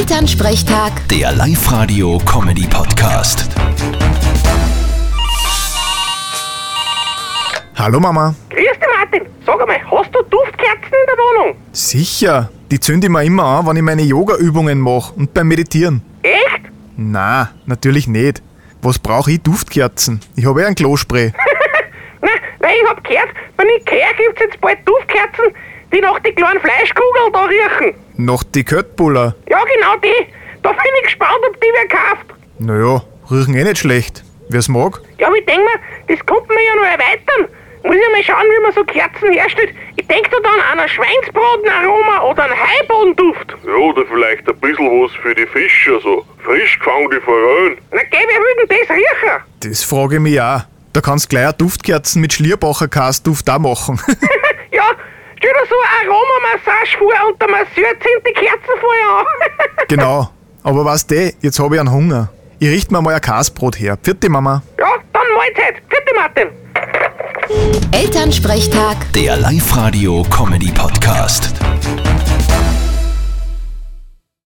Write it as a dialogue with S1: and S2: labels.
S1: Elternsprechtag,
S2: Der Live-Radio-Comedy-Podcast.
S3: Hallo Mama.
S4: Grüß dich, Martin. Sag einmal, hast du Duftkerzen in der Wohnung?
S3: Sicher, die zünd ich mir immer an, wenn ich meine Yoga-Übungen mache und beim Meditieren.
S4: Echt?
S3: Na, natürlich nicht. Was brauche ich Duftkerzen? Ich habe eh ein Klospray.
S4: Nein, weil ich hab gehört, bei Ikea gibt's jetzt bald Duftkerzen, die nach die kleinen Fleischkugeln da riechen.
S3: Noch die Köttbuller.
S4: Ja, genau die. Da bin ich gespannt, ob die wer kauft.
S3: Naja, riechen eh nicht schlecht. Wer's mag?
S4: Ja, aber ich denk mir, das könnte man ja noch erweitern. Muss ich mal schauen, wie man so Kerzen herstellt. Ich denk da dann an ein Schweinsbratenaroma oder einen Haibodenduft.
S5: Ja, oder vielleicht ein bisschen was für die Fische, so frisch gefangene Forellen.
S4: Na geh, wer will denn das riechen?
S3: Das frage ich mich auch. Da kannst gleich auch Duftkerzen mit Schlierbacher Kastduft auch machen.
S4: ja, stell dir so eine Aromamassage vor und der Masseur zieht die Kerzen vorher an.
S3: genau. Aber weißt du, jetzt habe ich einen Hunger. Ich richte mir mal ein Kasbrot her. Vierte Mama.
S4: Ja, dann Mahlzeit. Bitte, Martin.
S1: Elternsprechtag.
S2: Der Live-Radio-Comedy-Podcast.